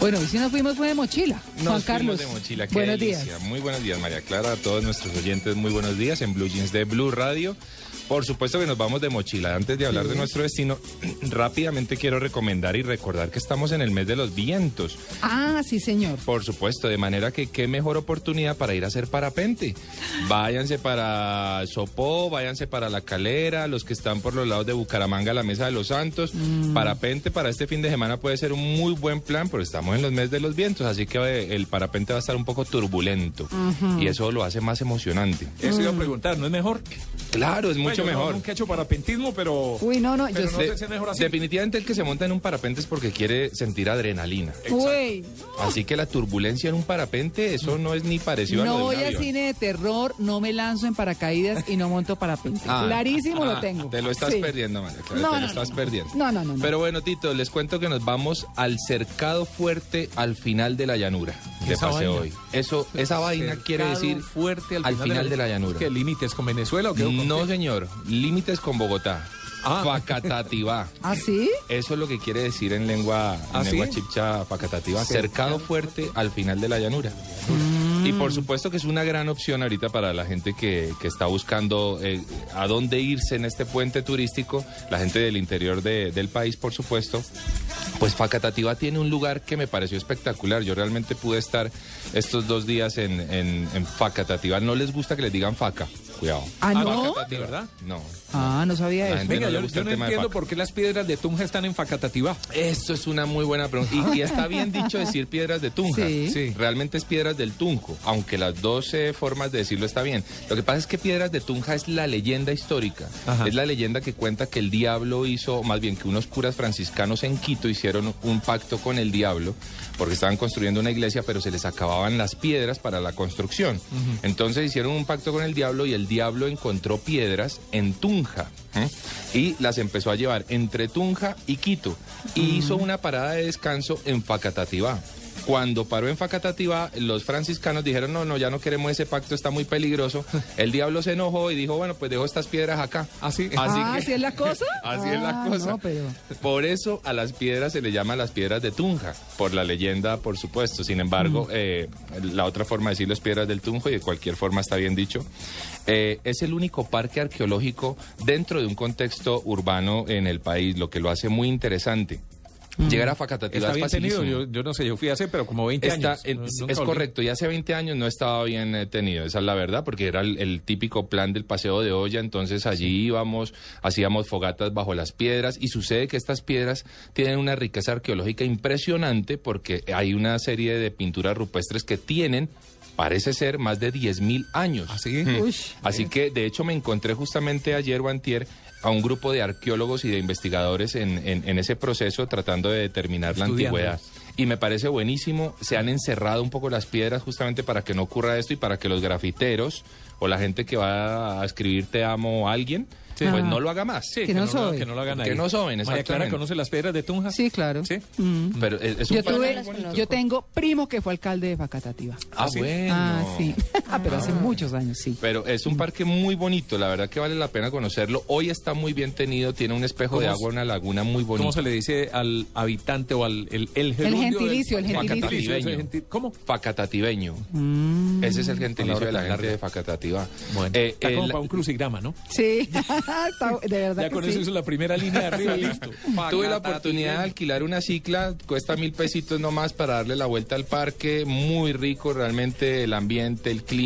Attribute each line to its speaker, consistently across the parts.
Speaker 1: Bueno, hoy sí nos fuimos fue de mochila.
Speaker 2: Nos
Speaker 1: Juan
Speaker 2: fuimos
Speaker 1: Carlos.
Speaker 2: de mochila, qué
Speaker 1: buenos
Speaker 2: delicia.
Speaker 1: días.
Speaker 2: Muy buenos días, María Clara, a todos nuestros oyentes, muy buenos días en Blue Jeans de Blue Radio. Por supuesto que nos vamos de mochila. Antes de hablar de nuestro destino, rápidamente quiero recomendar y recordar que estamos en el mes de los vientos.
Speaker 1: Ah, sí, señor.
Speaker 2: Por supuesto, de manera que qué mejor oportunidad para ir a hacer parapente. Váyanse para Sopó, váyanse para La Calera, los que están por los lados de Bucaramanga, la Mesa de los Santos.
Speaker 1: Mm.
Speaker 2: Parapente para este fin de semana puede ser un muy buen plan, pero estamos en los meses de los vientos, así que eh, el parapente va a estar un poco turbulento y eso lo hace más emocionante.
Speaker 3: Eso
Speaker 1: Mm.
Speaker 3: iba a preguntar, ¿no es mejor?
Speaker 2: Claro, es mucho
Speaker 3: Bueno, yo no-
Speaker 2: mejor.
Speaker 3: nunca he hecho parapentismo, pero.
Speaker 1: Uy, no, no, yo
Speaker 3: Pero no
Speaker 1: sé-
Speaker 3: sé si es mejor así.
Speaker 2: Definitivamente el que se monta en un parapente es porque quiere sentir adrenalina.
Speaker 1: Uy,
Speaker 2: Así que la turbulencia en un parapente, eso no es ni parecido a
Speaker 1: no
Speaker 2: lo de
Speaker 1: voy
Speaker 2: un
Speaker 1: a
Speaker 2: avión.
Speaker 1: cine de terror, no me lanzo en paracaídas y no monto parapente.
Speaker 2: Ah,
Speaker 1: Clarísimo
Speaker 2: ah,
Speaker 1: lo tengo.
Speaker 2: Te lo estás
Speaker 1: Sí.
Speaker 2: perdiendo, María Clara,
Speaker 1: No,
Speaker 2: te
Speaker 1: no,
Speaker 2: lo estás
Speaker 1: no.
Speaker 2: perdiendo.
Speaker 1: No, no, no, no.
Speaker 2: Pero bueno, Tito, les cuento que nos vamos al cercado fuerte al final de la llanura. De
Speaker 3: Esa
Speaker 2: paseo
Speaker 3: vaina.
Speaker 2: hoy. Eso, esa vaina quiere
Speaker 3: Cercado
Speaker 2: decir
Speaker 3: fuerte al,
Speaker 2: final de la llanura.
Speaker 3: ¿Qué límites con Venezuela o qué?
Speaker 2: No, señor. Límites con Bogotá.
Speaker 3: Ah.
Speaker 2: Facatativá.
Speaker 1: ¿Ah, sí?
Speaker 2: Eso es lo que quiere decir en lengua, en
Speaker 3: ¿Ah, sí?
Speaker 2: lengua chipcha pacatativa, cercado fuerte al final de la llanura.
Speaker 3: Mm.
Speaker 2: Y por supuesto que es una gran opción ahorita para la gente que, que está buscando eh, a dónde irse en este puente turístico, la gente del interior de- del país, por supuesto. Pues Facatativa tiene un lugar que me pareció espectacular. Yo realmente pude estar estos dos días en, en, en Facatativa. No les gusta que les digan faca. Cuidado.
Speaker 1: Ah,
Speaker 3: Ah,
Speaker 1: no.
Speaker 3: ¿De verdad?
Speaker 2: No.
Speaker 1: Ah, no sabía
Speaker 2: La
Speaker 1: eso.
Speaker 2: gente-
Speaker 3: Venga,
Speaker 2: no le
Speaker 3: yo,
Speaker 2: gusta
Speaker 3: yo
Speaker 2: el
Speaker 3: no
Speaker 2: tema de
Speaker 3: entiendo
Speaker 2: Paca.
Speaker 3: por qué las piedras de Tunja están en Facatativá.
Speaker 2: Esto es una muy buena pregunta. Y, y está bien dicho decir piedras de Tunja.
Speaker 1: Sí.
Speaker 3: Sí.
Speaker 2: Realmente es piedras del Tunjo, aunque las dos eh, formas de decirlo está bien. Lo que pasa es que piedras de Tunja es la leyenda histórica.
Speaker 3: Ajá.
Speaker 2: Es la leyenda que cuenta que el diablo hizo, más bien que unos curas franciscanos en Quito hicieron un pacto con el diablo porque estaban construyendo una iglesia, pero se les acababan las piedras para la construcción. Entonces hicieron un pacto con el diablo y el diablo encontró piedras en Tunja. ¿eh? y las empezó a llevar entre Tunja y Quito y hizo una parada de descanso en Facatativá. Cuando paró en Facatativá, los franciscanos dijeron, no, no, ya no queremos ese pacto, está muy peligroso. El diablo se enojó y dijo, bueno, pues dejo estas piedras acá.
Speaker 3: Así.
Speaker 1: ah,
Speaker 2: que-
Speaker 1: ¿así es la cosa?
Speaker 2: Así es la
Speaker 1: Ah,
Speaker 2: cosa.
Speaker 1: no, pero-
Speaker 2: Por eso a las piedras se le llama las piedras de Tunja, por la leyenda, por supuesto. Sin
Speaker 1: Mm.
Speaker 2: embargo, eh, la otra forma de decirlo es piedras del Tunjo y de cualquier forma está bien dicho. Eh, es el único parque arqueológico dentro de un contexto urbano en el país, lo que lo hace muy interesante.
Speaker 1: Mm.
Speaker 2: Llegar a Facatativá
Speaker 3: Está
Speaker 2: es
Speaker 3: bien tenido.
Speaker 2: facilísimo.
Speaker 3: Yo, yo no sé, yo fui hace, pero como 20
Speaker 2: Está-
Speaker 3: años.
Speaker 2: en-
Speaker 3: No-
Speaker 2: es-
Speaker 3: nunca
Speaker 2: es
Speaker 3: volví.
Speaker 2: correcto, y hace 20 años no estaba bien eh, tenido, esa es la verdad, porque era el, el típico plan del paseo de olla, entonces allí íbamos, hacíamos fogatas bajo las piedras, y sucede que estas piedras tienen una riqueza arqueológica impresionante, porque hay una serie de pinturas rupestres que tienen, parece ser, más de 10.000 años. Hmm.
Speaker 3: Así.
Speaker 1: Uy,
Speaker 2: Así que, de hecho, me encontré justamente ayer o antier a un grupo de arqueólogos y de investigadores en, en- en ese proceso tratando de determinar la
Speaker 3: Estudiando.
Speaker 2: antigüedad. Y me parece buenísimo, se han encerrado un poco las piedras justamente para que no ocurra esto y para que los grafiteros o la gente que va a escribir te amo a alguien,
Speaker 3: Sí.
Speaker 2: pues
Speaker 1: Ah.
Speaker 2: no lo haga más.
Speaker 3: Sí,
Speaker 1: Que no
Speaker 3: lo-
Speaker 1: sobe.
Speaker 3: que no lo hagan
Speaker 2: Que
Speaker 3: ahí.
Speaker 2: no soben,
Speaker 3: María Clara
Speaker 2: exactamente.
Speaker 3: conoce las piedras de Tunja.
Speaker 1: Sí, claro.
Speaker 3: Sí.
Speaker 1: Mm.
Speaker 2: Pero es, es un
Speaker 1: Yo,
Speaker 2: parque
Speaker 1: tuve-
Speaker 2: muy bonito.
Speaker 1: yo tengo primo que fue alcalde de Facatativa.
Speaker 2: Ah,
Speaker 3: ¿sí?
Speaker 2: bueno.
Speaker 1: Ah, sí. Ah, pero hace muchos años, sí.
Speaker 2: Pero es un parque muy bonito, la verdad que vale la pena conocerlo. Hoy está muy bien tenido, tiene un espejo de
Speaker 3: ¿Cómo
Speaker 2: agua, una laguna muy bonita.
Speaker 3: ¿Cómo se le dice al habitante o al el, el, gerundio del-
Speaker 1: gentilicio, el gentilicio.
Speaker 3: eso es gentil- ¿Cómo?
Speaker 2: Facatativeño. Ese es el gentilicio
Speaker 3: Mm. Palabra
Speaker 2: de la
Speaker 3: tan
Speaker 2: gente
Speaker 3: larga.
Speaker 2: de Facatativá.
Speaker 3: Bueno,
Speaker 2: Eh,
Speaker 3: está
Speaker 2: eh,
Speaker 3: como
Speaker 2: la-
Speaker 3: para un crucigrama, ¿no?
Speaker 1: Sí, está- de verdad
Speaker 3: Ya
Speaker 1: que
Speaker 3: con eso
Speaker 1: sí.
Speaker 3: hizo la primera línea de arriba, listo.
Speaker 2: tuve la oportunidad de alquilar una cicla, cuesta mil pesitos nomás para darle la vuelta al parque. Muy rico realmente el ambiente, el clima.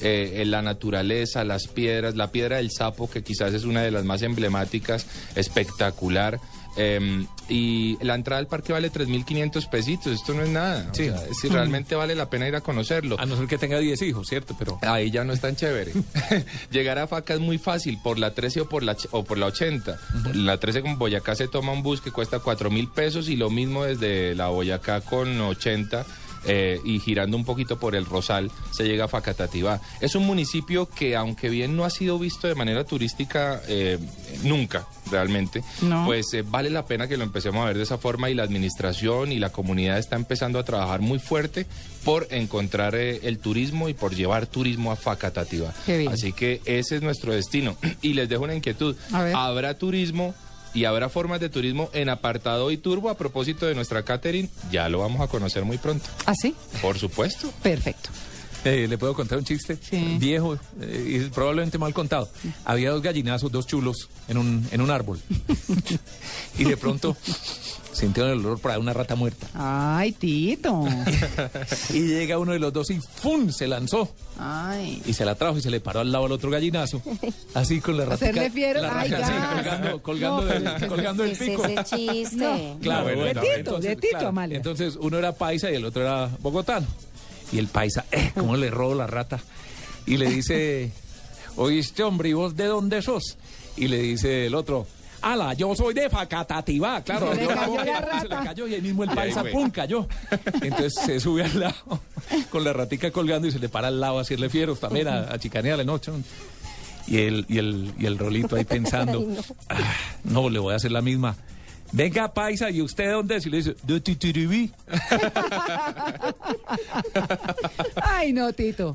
Speaker 2: eh, eh, la naturaleza, las piedras, la piedra del sapo, que quizás es una de las más emblemáticas, espectacular. Em, y la entrada al parque vale 3.500 pesitos, esto no es nada.
Speaker 3: Sí.
Speaker 2: O sea, si realmente vale la pena ir a conocerlo.
Speaker 3: A no ser que tenga 10 hijos, ¿cierto? Pero
Speaker 2: Ahí ya no es tan chévere. Llegar a Faca es muy fácil, por la 13 o por la, ch- o por la 80. Por La 13 con Boyacá se toma un bus que cuesta 4 mil pesos y lo mismo desde la Boyacá con 80 eh, y girando un poquito por el Rosal se llega a Facatativá. Es un municipio que aunque bien no ha sido visto de manera turística eh, nunca realmente,
Speaker 1: No.
Speaker 2: pues pues, eh, vale la pena que lo empecemos a ver de esa forma y la administración y la comunidad está empezando a trabajar muy fuerte por encontrar eh, el turismo y por llevar turismo a Facatativa.
Speaker 1: Qué bien.
Speaker 2: Así que ese es nuestro destino. Y les dejo una inquietud.
Speaker 1: A ver.
Speaker 2: ¿Habrá turismo Y habrá formas de turismo en apartado y turbo. A propósito de nuestra catering, ya lo vamos a conocer muy pronto.
Speaker 1: ¿Así?
Speaker 2: Por supuesto.
Speaker 1: Perfecto.
Speaker 3: Eh, ¿Le puedo contar un chiste?
Speaker 1: Sí.
Speaker 3: Viejo eh, y probablemente mal contado. Había dos gallinazos, dos chulos, en un, en un árbol. y de pronto sintieron el olor para una rata muerta.
Speaker 1: Ay, Tito.
Speaker 3: Y llega uno de los dos y ¡fum! se lanzó.
Speaker 1: Ay.
Speaker 3: Y se la trajo y se le paró al lado al otro gallinazo. Así con la rata.
Speaker 1: Hacerle fiero.
Speaker 3: La
Speaker 1: Ay,
Speaker 3: ratica así,
Speaker 1: ya.
Speaker 3: colgando, colgando,
Speaker 1: No,
Speaker 3: del-
Speaker 1: pero es que
Speaker 3: colgando
Speaker 4: ¿Qué
Speaker 3: el
Speaker 4: es
Speaker 3: pico.
Speaker 4: ese chiste?
Speaker 1: No.
Speaker 3: Claro,
Speaker 2: De
Speaker 3: bueno,
Speaker 1: Tito,
Speaker 3: entonces,
Speaker 1: de Tito,
Speaker 3: claro,
Speaker 1: Amalia.
Speaker 3: Entonces uno era paisa y el otro era bogotano. Y el paisa, eh, ¿cómo le robo la rata? Y le dice, oíste hombre, ¿y vos de dónde sos? Y le dice el otro, ala, yo soy de Facatativá, claro.
Speaker 1: Se le
Speaker 3: yo
Speaker 1: cayó
Speaker 3: como que-
Speaker 1: la
Speaker 3: y se le
Speaker 1: rata.
Speaker 3: cayó y ahí mismo el paisa,
Speaker 2: fue.
Speaker 3: pum, cayó. Entonces se sube al lado con la ratica colgando y se le para al lado a hacerle fieros también, a, a chicanearle, ¿no? Chon? Y el, y, el, y el rolito ahí pensando,
Speaker 4: Ay, no.
Speaker 3: "Ah, no. le voy a hacer la misma. Venga, paisa, ¿y usted dónde es? Y le dice, de Titiribí.
Speaker 1: Ay, no, Tito.